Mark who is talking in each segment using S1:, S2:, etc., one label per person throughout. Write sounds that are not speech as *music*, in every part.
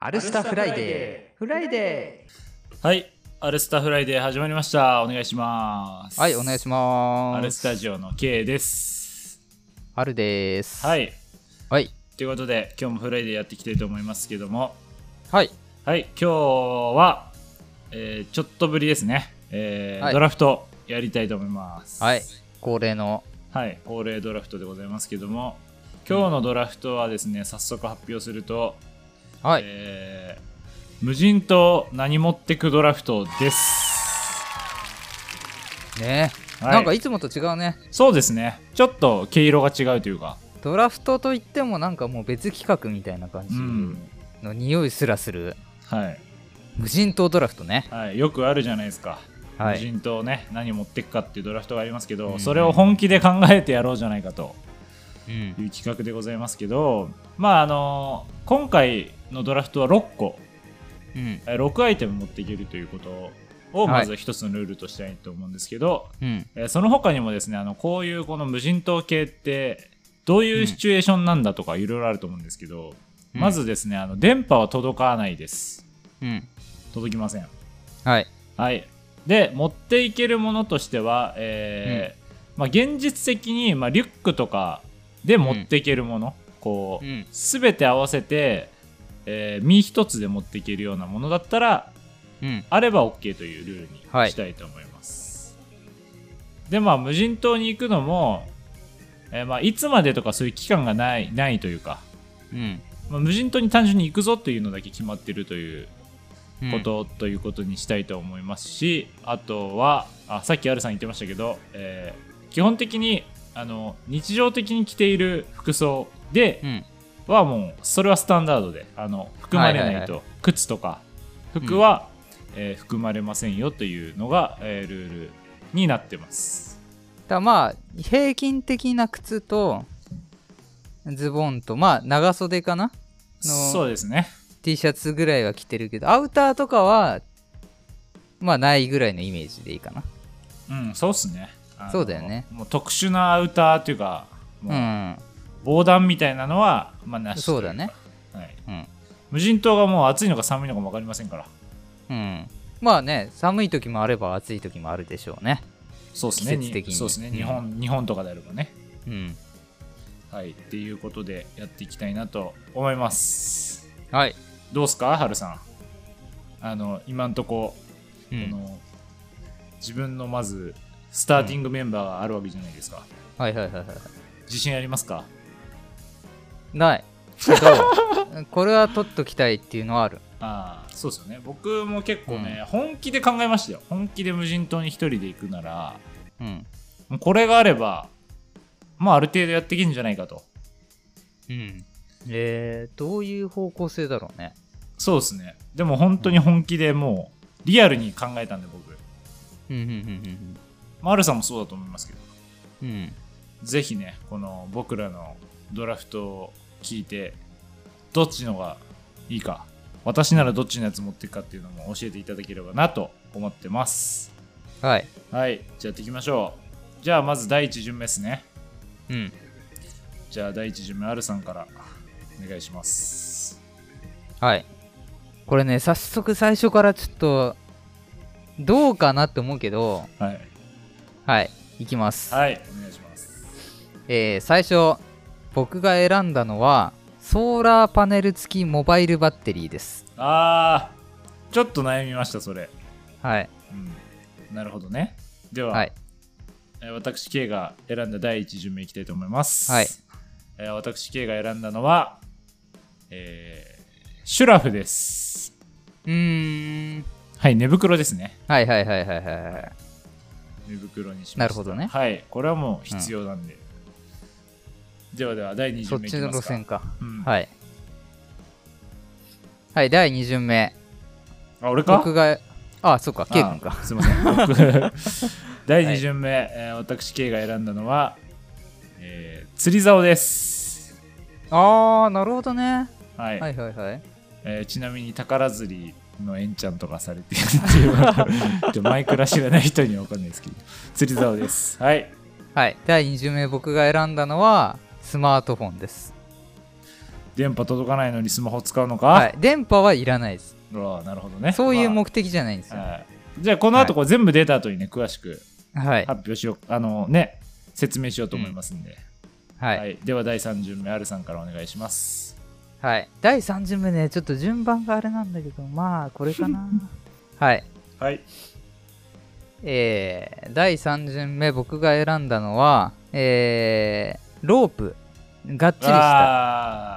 S1: アルスタフライデー。フライデ
S2: はい、アルスタフライデー始まりました。お願いします。
S1: ー。はい、お願いしま
S2: アル
S1: す。
S2: スタジオの K です。
S1: アルです。。
S2: はいい、
S1: はい。
S2: ということで今日もフライデーやっていきたいと思いますけども、
S1: はい。
S2: はい、今日は、えーちょっとぶりですね、えー
S1: はい
S2: ドラフトやりたいと思います。
S1: はい。恒例の。
S2: はい、恒例ドラフトでございますけども、今日のドラフトはですね、早速発表すると、
S1: はい。
S2: えー無人島何持ってくドラフトです。
S1: ね、
S2: はい
S1: なんかいつもと違うね。
S2: そうですねちょっと毛色が違うというか
S1: ドラフトといってもなんかもう別企画みたいな感じ
S2: うん
S1: の匂いすらする
S2: はい、
S1: 無人島ドラフトね。
S2: はい、よくあるじゃないですか、
S1: は
S2: 無
S1: い。
S2: 人島ね何持っていくかっていうドラフトがありますけど、
S1: うん
S2: それを本気で考えてやろうじゃないかと
S1: うん
S2: いう企画でございますけどまああの今回のドラフトは6個
S1: うん。
S2: え6アイテム持っていけるということをまず一つのルールとしたいと思うんですけど、
S1: うん。
S2: えーその他にもですねあのこういうこの無人島系ってどういうシチュエーションなんだとかいろいろあると思うんですけど、
S1: うん
S2: まずですねあの電波は届かないです
S1: うん。
S2: 届きません
S1: はい。
S2: はい、で持っていけるものとしては、えーまあ、現実的に、まあ、リュックとかで持っていけるもの、こ
S1: う。
S2: うん全て合わせて、えー身一つで持っていけるようなものだったら
S1: うん。
S2: あれば OK というルール
S1: はい
S2: にしたいと思います、でまあ無人島に行くのも、えーまあ、いつまでとかそういう期間がないないというか、
S1: うん。
S2: まあ、無人島に単純に行くぞというのだけ決まってるという
S1: うん
S2: ことということにしたいと思いますし、あとはあさっきアルさん言ってましたけど、えー基本的にあの日常的に着ている服装で
S1: うん。
S2: はもうそれはスタンダードであの含まれないと、
S1: はいはい
S2: 靴とか服は、えー含まれませんよというのが、えールールになってます。
S1: だまあ平均的な靴とズボンとまあ長袖かなの
S2: そうですね
S1: T シャツぐらいは着てるけどアウターとかはまあないぐらいのイメージでいいかな
S2: うんそうっすねあの
S1: そうだよね
S2: もう特殊なアウターというかもう
S1: うん
S2: 防弾みたいなのは、まあ、なしとい
S1: そうだね、
S2: はい、
S1: うん
S2: 無人島がもう暑いのか寒いのかも分かりませんから
S1: うんまあね寒い時もあれば暑い時もあるでしょうね
S2: そうですね
S1: 季節的に
S2: そうですね
S1: うん
S2: 日本、日本とかであればね
S1: うん
S2: はいっていうことでやっていきたいなと思います
S1: はい、
S2: どうすかハルさんあの今んとこ、
S1: う
S2: こ
S1: ん、
S2: の自分のまずスターティングメンバーがあるわけじゃないですか、
S1: はいはいはいはい
S2: 自信ありますか
S1: ないけど *laughs* これは取っときたいっていうのはある
S2: ああそうですよね僕も結構ね、本気で考えましたよ本気で無人島に一人で行くなら
S1: うん
S2: もうこれがあれば、まあ、ある程度やっていけんじゃないかと。
S1: うんえー、どういう方向性だろうね
S2: そうですね。でも本当に本気でもう、リアルに考えたんで、僕。
S1: うんうんうん
S2: まあ、あるさんもそうだと思いますけど、
S1: うんうん
S2: ぜひね、この僕らのドラフトを聞いて、どっちのがいいか、私ならどっちのやつ持っていくかっていうのも教えていただければなと思ってます。
S1: はい
S2: はい、じゃあやっていきましょう。じゃあまず第1巡目ですね。
S1: うん
S2: じゃあ第1巡目、あるさんからお願いします。
S1: はい。これね、早速最初からちょっと、どうかなって思うけど、
S2: はい、
S1: はい、いきます。
S2: はい、お願いします。
S1: えー最初、僕が選んだのは、ソーラーパネル付きモバイルバッテリーです。
S2: あーちょっと悩みましたそれ、
S1: はい。
S2: うん、なるほどねでは、
S1: はい。
S2: えー私 K が選んだ第1巡目いきたいと思います、
S1: はい
S2: えー私 K が選んだのは、えーシュラフです
S1: うーん。
S2: はい寝袋ですね
S1: はいはいはいはいはいはい。
S2: 寝袋にしました
S1: なるほどね
S2: はいこれはもう必要なんで、ではでは第2
S1: そ
S2: 巡
S1: っ
S2: 目い
S1: ち
S2: き
S1: の
S2: ま
S1: 路
S2: すか
S1: 線か。
S2: うん
S1: はい。はい、第2巡目。
S2: あ俺か
S1: 僕が、あ、そうか、ケイ君か。
S2: あすいませ
S1: *laughs*
S2: ん僕第2巡目、えー私 K が選んだのは、えー釣り竿です、
S1: あー、なるほどね。
S2: はい
S1: はいはいはい。
S2: えーちなみに宝釣りのエンちゃんとかされてるっていうちょマイクラ知らない人には分かんないですけど釣り竿ですはい
S1: はい、第2巡目僕が選んだのはスマートフォンです
S2: 電波届かないのにスマホ使うのか、
S1: はい、電波はいらないです
S2: うわなるほどね
S1: そういう
S2: ま
S1: 目的じゃないんです
S2: あ
S1: よ、
S2: はいじゃあこの後これ全部出た後にね詳しく
S1: はい
S2: 発表しようあのね説明しようと思いますんで、
S1: はい、
S2: はいでは第3巡目 R さんからお願いします
S1: はい、第3巡目ねちょっと順番があれなんだけどまあこれかなはい
S2: *laughs* はい
S1: えー、第3巡目僕が選んだのはえー、ロープがっちりした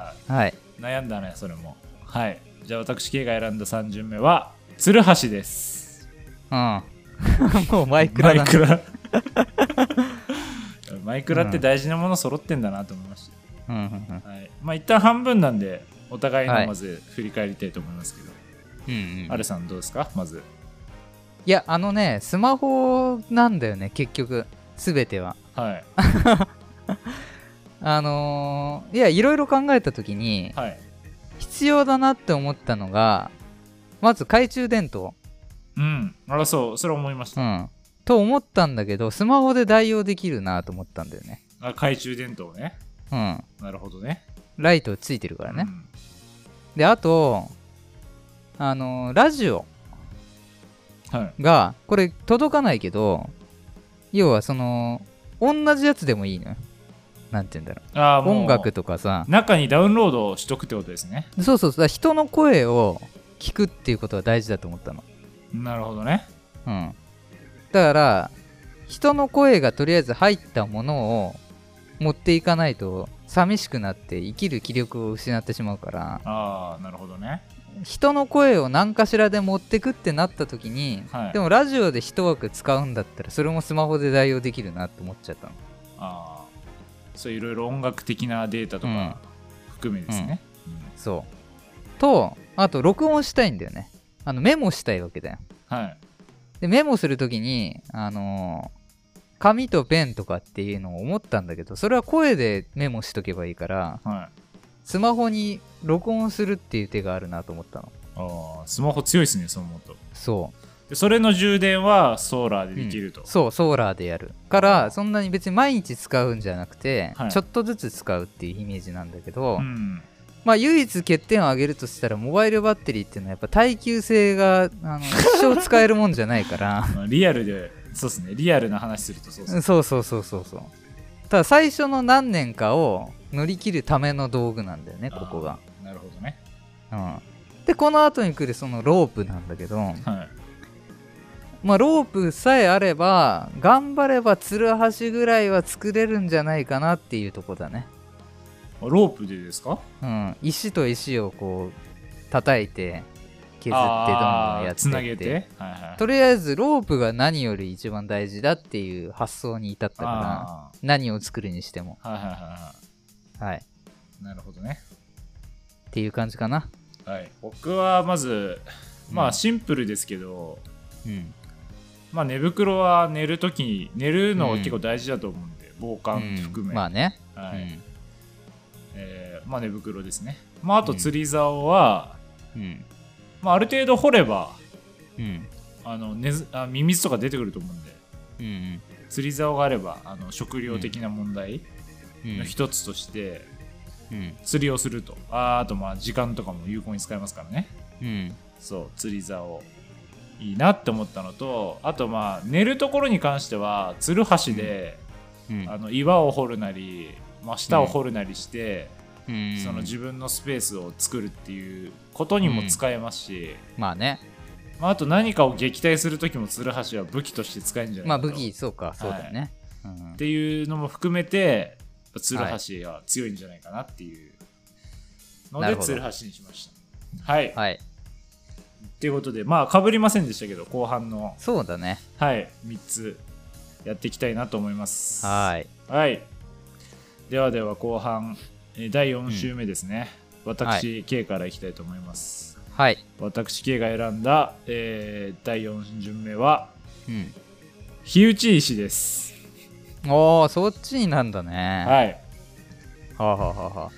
S2: あ
S1: はい
S2: ー悩んだねそれもはいじゃあ私 K が選んだ3巡目は鶴橋です
S1: うん *laughs* もうマイク
S2: マ
S1: ラ
S2: イ
S1: だ
S2: クラ *laughs* マイクラって大事なもの揃ってんだなと思いました、
S1: うんうん
S2: はい、まあ一旦半分なんでお互い
S1: は
S2: の
S1: い
S2: まず振り返りたいと思いますけど、
S1: うんうんう
S2: ア
S1: ん
S2: ルさんどうですかまず
S1: いやあのねスマホなんだよね結局全ては
S2: はい
S1: あのーいやいろいろ考えた時に
S2: はい
S1: 必要だなって思ったのがまず懐中電灯
S2: うんあらそうそれ思いまし
S1: う
S2: た、
S1: ん。と思ったんだけど、スマホで代用できるなと思ったんだよね。
S2: あ懐中電灯ね
S1: うん。
S2: なるほどね
S1: ライトついてるから
S2: う
S1: ね。
S2: ん
S1: で、あと、あの、ラジオ
S2: はい
S1: が、これ届かないけど、要はその、同じやつでもいいのよ。なんて言うんだろ
S2: あー
S1: う。
S2: もう
S1: 音楽とかさ。
S2: 中にダウンロードしとくってことですね
S1: そうそうそう。だから人の声を聞くっていうことは大事だと思ったの。
S2: なるほどね
S1: うん。だから、人の声がとりあえず入ったものを持っていかないと寂しくなって生きる気力を失ってしまうから、
S2: ああなるほどね
S1: 人の声を何かしらで持ってくってなった時に、
S2: はい
S1: でもラジオで一枠使うんだったらそれもスマホで代用できるなって思っちゃったの。
S2: ああそういろいろ音楽的なデータとか含めですね、うん
S1: そう。と、あと録音したいんだよね。あのメモしたいわけだよ。
S2: はい
S1: でメモするときに、あのー紙とペンとかっていうのを思ったんだけどそれは声でメモしとけばいいから
S2: はい
S1: スマホに録音するっていう手があるなと思ったの
S2: ああスマホ強いですねそう思うと
S1: そ
S2: でそれの充電はソーラー
S1: う
S2: でできると、
S1: うんそうソーラーでやるからそんなに別に毎日使うんじゃなくて、
S2: はい
S1: ちょっとずつ使うっていうイメージなんだけど、
S2: うん
S1: まあ唯一欠点を挙げるとしたらモバイルバッテリーっていうのはやっぱ耐久性があの一生使えるもんじゃないから *laughs*
S2: まあリアルでそうですねリアルな話するとそうですね、
S1: そうそうそうそうそうただ最初の何年かを乗り切るための道具なんだよねここが、
S2: なるほどね
S1: うん、でこの後に来るそのロープなんだけど、
S2: はい
S1: まあ、ロープさえあれば頑張ればつるはしぐらいは作れるんじゃないかなっていうとこだね、
S2: ロープでですか
S1: うん、石と石をこう叩いて削ってどんどん
S2: あ
S1: や
S2: あ
S1: って
S2: つな
S1: っ
S2: げてはいはい
S1: とりあえずロープが何より一番大事だっていう発想に至ったから
S2: あ
S1: 何を作るにしても
S2: あはいはいはいは
S1: はい
S2: いなるほどね
S1: っていう感じかな
S2: はい僕はまずま
S1: う
S2: あ
S1: ん
S2: シンプルですけど、
S1: うん
S2: まあ寝袋は寝るときに寝るのが結構大事だと思うんで、防寒含め、
S1: まあね、
S2: はい
S1: うん
S2: えーまあ寝袋ですねまああと釣り竿は、
S1: うん
S2: まあ、ある程度掘れば
S1: うん
S2: あのねずあミミズとか出てくると思うんで
S1: うん
S2: 釣り竿があればあの食料的な問題
S1: うん
S2: の一つとして
S1: うん
S2: 釣りをすると、あーあとまあ時間とかも有効に使えますからね
S1: うん
S2: そう釣り竿いいなって思ったのとあとまあ寝るところに関してはつるはしで、
S1: うん
S2: あの岩を掘るなり真下を掘るなりして、
S1: うん
S2: その自分のスペースを作るっていうことにも使えますし、
S1: まあね
S2: まあ、あと何かを撃退する時もつるはしは武器として使えるんじゃない
S1: まあ
S2: かと
S1: 武器そうかそうだよね、うん
S2: っていうのも含めて鶴橋は強いんじゃないかなっていうの
S1: な
S2: で
S1: るほど
S2: 鶴橋にしましたはいと、
S1: はい
S2: い、うことでまあかぶりませんでしたけど後半の
S1: そうだね
S2: はい3つやっていきたいなと思います
S1: はい
S2: はいではでは後半えー第4週目ですね、私、K からいきたいと思います
S1: はい、
S2: 私 K が選んだ、えー第4巡目は
S1: うん、
S2: 火打ち石です
S1: おーそっちになんだね
S2: はい
S1: はあ、はあはあはあ、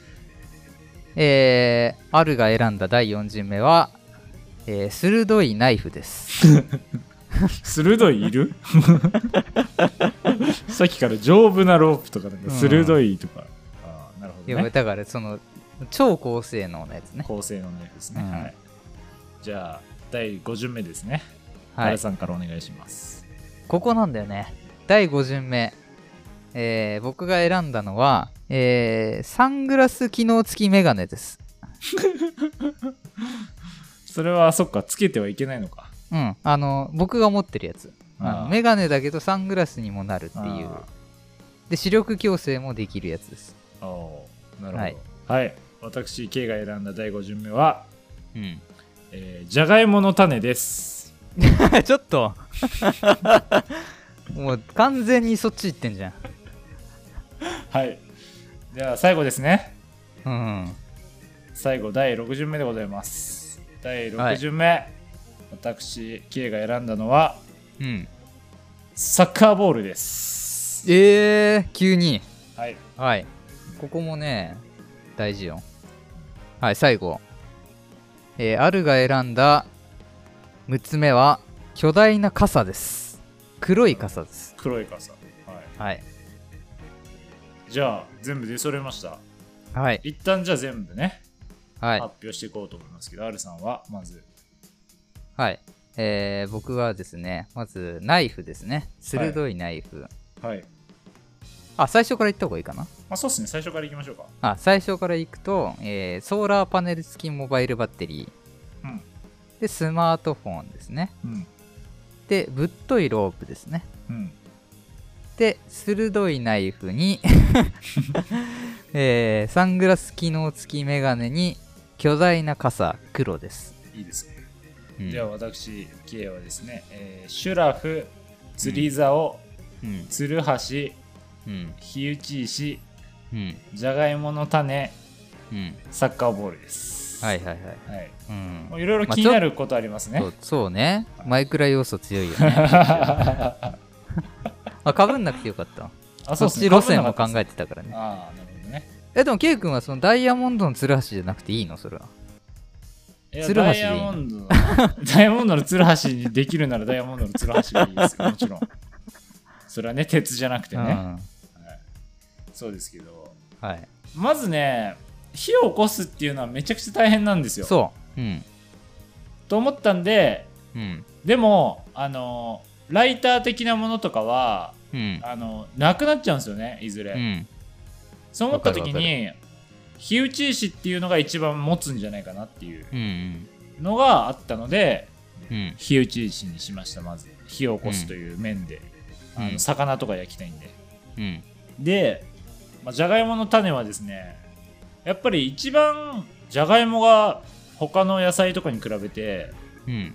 S1: えー、アルが選んだ第4巡目は、えー鋭いナイフです。
S2: 鋭いい *laughs* るさっきから丈夫なロープとかなんか鋭いとか、ああなるほ
S1: い
S2: ど
S1: や
S2: ね
S1: だからその超高性能なやつね
S2: 高性能のやつですね、
S1: うん
S2: はいじゃあ第5巡目ですね
S1: は
S2: 原、
S1: い
S2: さんからお願いします
S1: ここなんだよね第5巡目えー僕が選んだのは、えーサングラス機能付きメガネです
S2: それはそっかつけてはいけないのか
S1: うんあの僕が持ってるやつあの
S2: あー
S1: メガネだけどサングラスにもなるっていう
S2: あ
S1: で視力矯正もできるやつです
S2: ーおーなるほどは
S1: はいい、
S2: 私 K が選んだ第5巡目は
S1: うん *laughs*
S2: えーじゃがいもの種です
S1: ちょっと *laughs* もう完全にそっち行ってんじゃん
S2: はいじゃあ最後ですね
S1: うん
S2: 最後第6巡目でございます第
S1: は
S2: 6
S1: い
S2: 巡目、私 K が選んだのは
S1: うん
S2: サッカーボールです
S1: えー、急に
S2: はい
S1: はい。ここもね、大事よ。はい、最後。えー、あるが選んだ6つ目は、巨大な傘です。黒い傘です。
S2: 黒い傘はい
S1: はい。
S2: じゃあ全部出揃えました
S1: はい。
S2: 一旦じゃあ全部ね、
S1: はい。
S2: 発表していこうと思いますけど R さんはまず
S1: はい。えー、僕はですね、まず、ナイフですね。鋭いナイフ。
S2: はい
S1: あ、最初から言った方がいいかな。
S2: まあそうですね最初からいきましょうか
S1: あ、最初から行くと、えー、ソーラーパネル付きモバイルバッテリー。
S2: うん
S1: で、スマートフォンですね。
S2: うん
S1: で、ぶっといロープですね。
S2: うん
S1: で鋭いナイフに、 *laughs* えーサングラス機能付きメガネに巨大な傘黒です、
S2: いいですね
S1: うん
S2: では私 K はですね、えーシュラフ釣り竿、
S1: うん
S2: ツルハシ
S1: うん
S2: 火打ち石
S1: うん
S2: じゃがいもの種
S1: うん
S2: サッカーボールです
S1: はいはいはい、
S2: はい
S1: うん
S2: もういろいろ気になることありますね
S1: そうそうねマイクラ要素強いよ
S2: *laughs*
S1: ねあかぶんなくてよかった
S2: あ
S1: そっち路線も考
S2: え
S1: えてたからね
S2: ああなるほどね
S1: えでも K 君はそのダイヤモンドのツルハシじゃなくていいのそれはい
S2: や
S1: ツルハ
S2: ダイ
S1: シでいい
S2: ヤ
S1: の
S2: モンドの *laughs* ダイヤモンドのツルハシにできるならダイヤモンドのツルハシがいいですよもちろんそれはね鉄じゃなくてね、はい、そうですけど
S1: うん、はい
S2: まずね火を起こすっていうのはめちゃくちゃ大変なんですよ
S1: そううん
S2: と思ったんで
S1: うん
S2: でもあのライター的なものとかは
S1: うん
S2: あのなくなっちゃうんですよねいずれ、
S1: うん
S2: そう思った時
S1: わかる
S2: に火打ち石っていうのが一番持つんじゃないかなっていう
S1: うん
S2: のがあったので
S1: うん
S2: 火打ち石にしましたまず火を起こすという面で、
S1: うん
S2: あ
S1: う
S2: の
S1: ん
S2: 魚とか焼きたいんで
S1: うん
S2: で、まあ、じゃがいもの種はですねやっぱり一番じゃがいもが他の野菜とかに比べて
S1: うん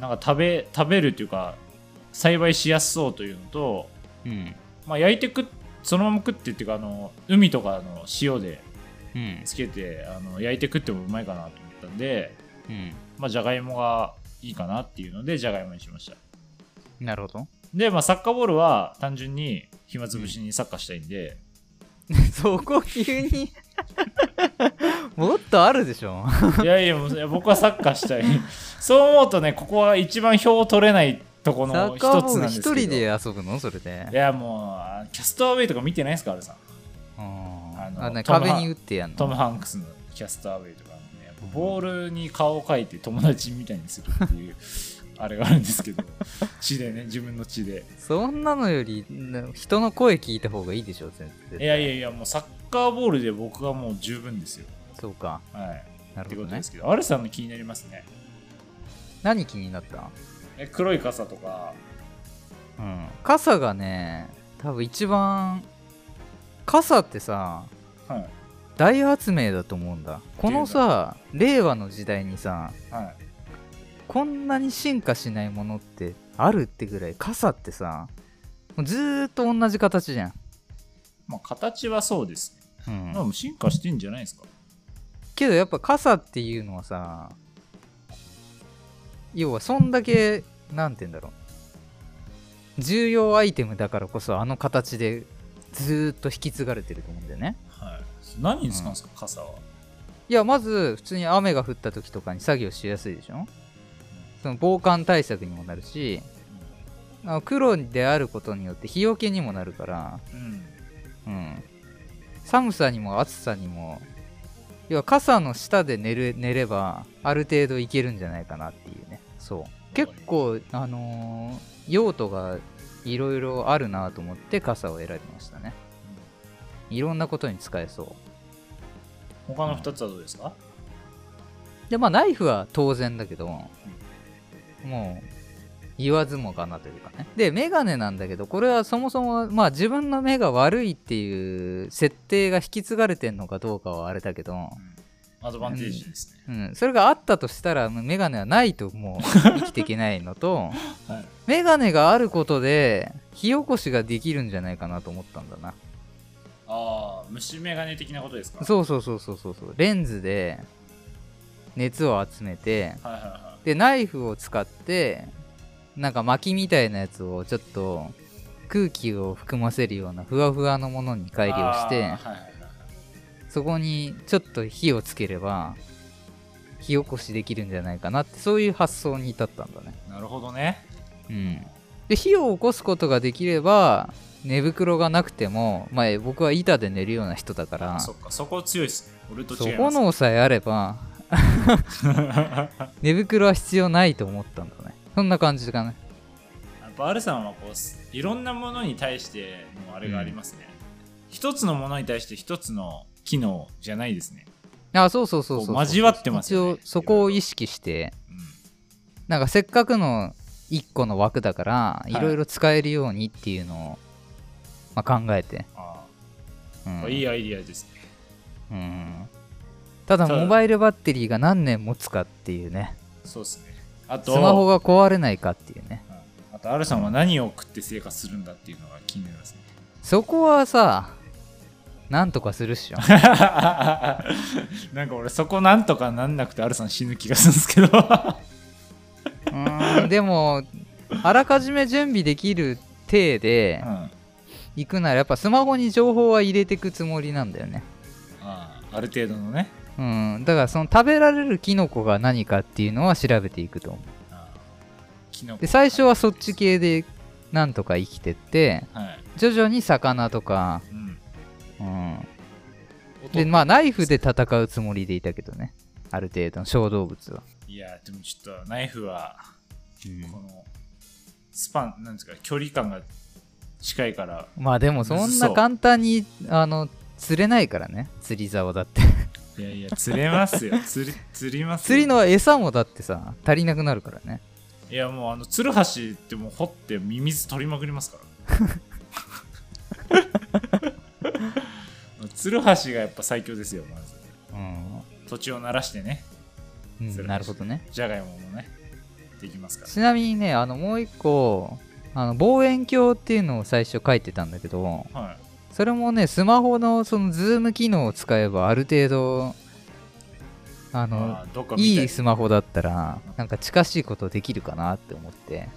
S2: なんか食べ食べるというか栽培しやすそうというのと、
S1: うん
S2: まあ、焼いてくっそのまま食ってっていうかあの海とかの塩で
S1: うん
S2: つけてあの焼いて食ってもうまいかなと思ったんで、
S1: うん
S2: まあ、じゃがいもがいいかなっていうのでじゃがいもにしました
S1: なるほど *laughs*
S2: で、まあ、サッカーボールは単純に暇つぶしにサッカーしたい
S1: *laughs*
S2: んで、
S1: そこ急に *laughs* もっとあるでしょ
S2: いやいやもういや僕はサッカーしたいそう思うとねここは一番票を取れないとこ
S1: サ
S2: の
S1: ッカ
S2: 一
S1: ーボ
S2: つ
S1: ー
S2: な
S1: ル
S2: んです
S1: 一
S2: けど
S1: 人で遊ぶのそれで
S2: いやもうキャストアウェイとか見てないですかあれさん
S1: うん
S2: あ
S1: あ
S2: の
S1: の
S2: トム
S1: 壁に打ってやん
S2: トム・
S1: の
S2: ハンクスのキャストアウェイとかのねボールに顔を描いて友達みたいにするっていうあれがあるんですけど血でね自分の血で
S1: そんなのよりな人の声聞いた方がいいでしょ全然
S2: いやいやいやもうサッカーボールで僕はもう十分ですよ
S1: そうか
S2: はい
S1: な
S2: って
S1: るほ
S2: こ
S1: ど
S2: とで
S1: ね
S2: すけど、アルさんの気になりますね。
S1: 何気になった
S2: え黒い傘とか、
S1: うん傘がね多分一番傘ってさ
S2: は
S1: 大発明だと思うんだこのさ令和の時代にさ
S2: い、は
S1: こんなに進化しないものってあるってぐらい傘ってさもうずーっと同じ形じゃん、
S2: い。まあ、形はそうですね。
S1: うん
S2: まあ、進化してんじゃないですか。
S1: けどやっぱ傘っていうのはさ要はそんだけなんて言うんだろう重要アイテムだからこそあの形でずーっと引き継がれてると思うんだよね
S2: はい。何に使うんですか、傘は。
S1: いやまず普通に雨が降った時とかに作業しやすいでしょその防寒対策にもなるしあの黒であることによって日よけにもなるからう
S2: うん。
S1: ん、寒さにも暑さにも要は傘の下で寝る寝ればある程度いけるんじゃないかなっていうねそう結構あのー用途がいろいろあるなと思って傘を選びましたねいろんなことに使えそう
S2: 他の2つはどうですか、
S1: でまあナイフは当然だけどもう言わずもがなというかねでメガネなんだけどこれはそもそもまあ自分の目が悪いっていう設定が引き継がれてんのかどうかはあれだけど、
S2: アドバンテージですね、
S1: うん、それがあったとしたらもうメガネはないともう生きていけないのと、
S2: *laughs* はい
S1: メガネがあることで火起こしができるんじゃないかなと思ったんだな
S2: ああ虫眼鏡的なことですか
S1: そうそうそうそうそうそうレンズで熱を集めて
S2: はいはいは
S1: でナイフを使ってなんか薪みたいなやつをちょっと空気を含ませるようなふわふわのものに
S2: い
S1: 改良して
S2: あーはいはいはい
S1: そこにちょっと火をつければ火起こしできるんじゃないかなってそういう発想に至ったんだね
S2: なるほどね
S1: うんで火を起こすことができれば寝袋がなくても、まあ、僕は板で寝るような人だから
S2: そっかそこ強いっすね俺と
S1: そ
S2: 違い
S1: こ
S2: ます
S1: のさえあれば
S2: *laughs*
S1: 寝袋は必要ないと思ったんだねそんな感じかな
S2: やっぱ R さんはこういろんなものに対してのあれがありますね、一つのものに対して一つの機能じゃないですね、
S1: あそうそうそうそう
S2: こう交わってますよね
S1: 一応そこを意識してなんかせっかくの1個の枠だから
S2: い
S1: いろいろ使えるようにっていうのを、まあ、考えて、
S2: あ
S1: うん
S2: あいいアイディアですね
S1: うんただ
S2: ただ
S1: モバイルバッテリーが何年持つかっていうね
S2: そうですねあ
S1: ス
S2: と
S1: マホが壊れないかっていうね
S2: うんあと R さんは何を食って生活するんだっていうのが気になり
S1: *laughs*
S2: ますね
S1: そこはさなんとかするっしょ
S2: なんか俺そこなんとかなんなくて R さん死ぬ気がするんですけ
S1: *laughs*
S2: どあ
S1: うーんでもあらかじめ準備できる体で
S2: あ
S1: 行くならやっぱスマホに情報は入れてくつもりなんだよね
S2: あある程度のね
S1: うん、だからその食べられるキノコが何かっていうのは調べていくと思う
S2: ああキノコ
S1: で最初はそっち系でなんとか生きてって
S2: はい、
S1: 徐々に魚とか、
S2: うん、
S1: うん、でまあナイフで戦うつもりでいたけどねある程度の小動物は、
S2: いやでもちょっとナイフは
S1: うん
S2: このスパンなんですか距離感が近いから
S1: まあでもそ
S2: む
S1: ん
S2: ずそ
S1: な
S2: う
S1: 簡単にあの釣れないからね釣り竿だって
S2: いやいや釣れます
S1: *laughs*
S2: よ釣り釣りますよ
S1: 釣りの餌もだってさ足りなくなるからね
S2: いやもうあの鶴橋ってもう掘ってミミズ取りまくりますから
S1: *laughs*
S2: 鶴橋がやっぱ最強ですよまず
S1: うん、
S2: 土地を慣らしてね
S1: う
S2: 鶴
S1: ん、
S2: 橋
S1: なるほどね
S2: じゃがいももねできますから
S1: ちなみにねあのもう一個あの望遠鏡っていうのを最初書いてたんだけど
S2: はい、
S1: それもねスマホのそのズーム機能を使えばある程度あの
S2: まあどっか見た
S1: い
S2: い
S1: いスマホだったらなんか近しいことできるかなって思って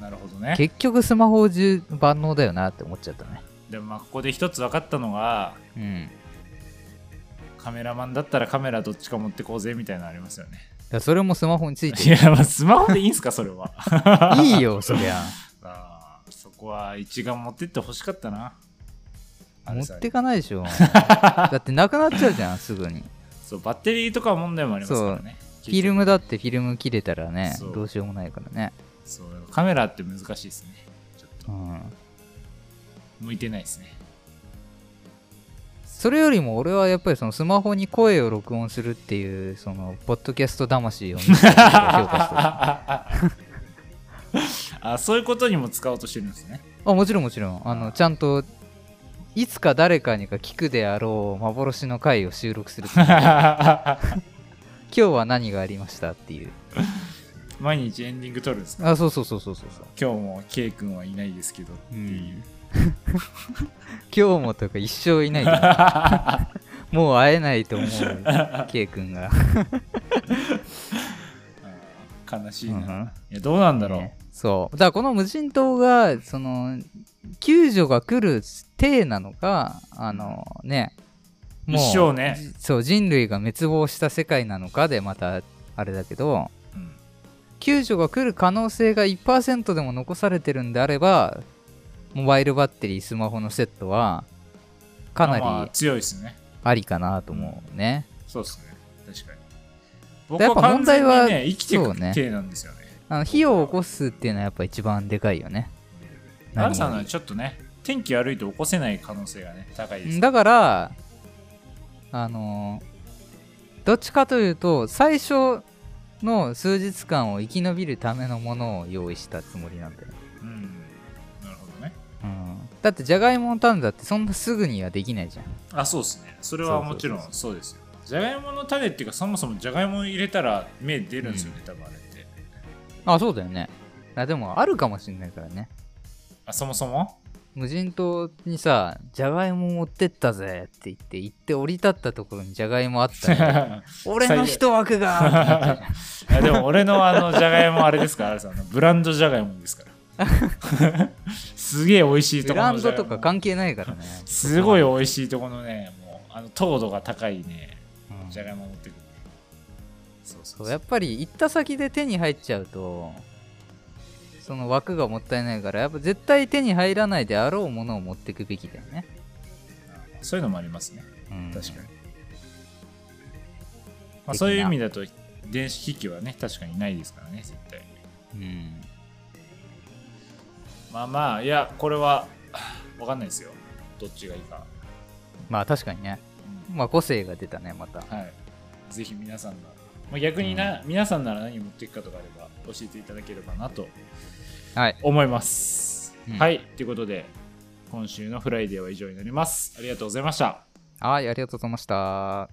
S2: なるほどね
S1: 結局スマホ中万能だよなって思っちゃったね
S2: でもまあここで一つ分かったのが
S1: うん
S2: カメラマンだったらカメラどっちか持ってこうぜみたいなのありますよね
S1: だからそれもスマホについて
S2: いや、まあ、スマホでいいんすか、それは。
S1: *laughs* いいよそりゃ
S2: *laughs* あーそこは一眼持ってってほしかったな。
S1: 持って
S2: か
S1: かないでしょだってなくなっちゃうじゃんすぐに
S2: そう、バッテリーとか問題もありますからね。
S1: フィル
S2: ム
S1: ムだってフィルム切れたらね
S2: そう
S1: どうしようもないからね
S2: そう、カメラって難しいですね。ちょっ
S1: う
S2: と、
S1: ん
S2: 向いてない *laughs* ですね。
S1: それよりも俺はやっぱりそのスマホに声を録音するっていうそのポッドキャスト魂を見せたことが評価してる
S2: *laughs* あそういうことにも使おうとしてるんです *laughs* ね。
S1: あもちろんもちろんあのちゃんといつか誰かにか聞くであろう幻の回を収録する
S2: *laughs*
S1: っていう今日は何がありましたっていう
S2: 毎日エンディング撮るんですか
S1: あそうそうそうそうそうそう
S2: 今日も K 君はいないですけどっていう。
S1: 今日もとか一生いないじゃんもう会えないと思う K 君が
S2: あ *laughs* ー悲しいな。
S1: うんうん
S2: いや、どうなんだろう。
S1: ねそうだからこの無人島がその救助が来る体なのかあのね
S2: 一生ね
S1: じそう人類が滅亡した世界なのかでまたあれだけど
S2: うん
S1: 救助が来る可能性が1%でも残されてるんであればモバイルバッテリースマホのセットはかな
S2: まあまあ
S1: り
S2: 強いですね
S1: ありかなと思うね、
S2: そうですね。確かに。
S1: でやっぱ
S2: 僕は完全に
S1: 問題は
S2: ね、生きてい
S1: そう
S2: く
S1: ね
S2: 体なんですよね。
S1: あの火を起こすっていうのはやっぱ一番でかいよね何
S2: アルさんはちょっとね、天気悪いと起こせない可能性がね、高いです。
S1: だからあのーどっちかというと最初の数日間を生き延びるためのものを用意したつもりなんだよ、
S2: うん。なるほどね。
S1: うん、だってじゃがいものタンだってそんなすぐにはできないじゃん
S2: あ、そうですね。それはもちろん
S1: そう
S2: そうですよ。じゃがいもの種っていうか、そもそもじゃがいも入れたら芽出るんですよね、多分あれって。
S1: あそうだよねあでもあるかもしんないからね
S2: あ、そもそも *laughs*
S1: 無人島にさ「じゃがいも持ってったぜ」って言って行って降り立ったところにじゃがいもあった *laughs* ら
S2: あ
S1: 俺の一枠がってなっちゃうじゃん
S2: でも俺のあのじゃがいもあれですから、アルさんのブランドじゃがいもです
S1: *laughs*
S2: から。 *laughs* すげえ美味しい
S1: ブ
S2: ところ
S1: ラ
S2: の
S1: ン
S2: じゃ
S1: ド
S2: がいも
S1: とか関係ないからね
S2: すごい美味しいとこのね、もうあの糖度が高いね、
S1: うん
S2: じゃがいも持ってくる。そうそ
S1: そうう
S2: そ
S1: やっ
S2: う。
S1: ぱり行った先で手に入っちゃうとその枠がもったいないからやっぱ絶対手に入らないであろうものを持ってくべきだよね、
S2: そういうのもありますね、
S1: うん
S2: 確かに。まあ、そういう意味だと、電子機器はね、確かにないですからね、絶対。
S1: うん
S2: まあまあ、いや、これは、わかんないですよ。どっちがいいか。
S1: まあ確かにねまあ個性が出たねまた
S2: はい。ぜひ皆さんが、まあ、逆にな、皆さんなら何持っていくかとかあれば、教えていただければなと
S1: はい
S2: 思います。
S1: うん
S2: はい。ということで、今週のフライデーは以上になります。ありがとうございました。
S1: はいありがとうございました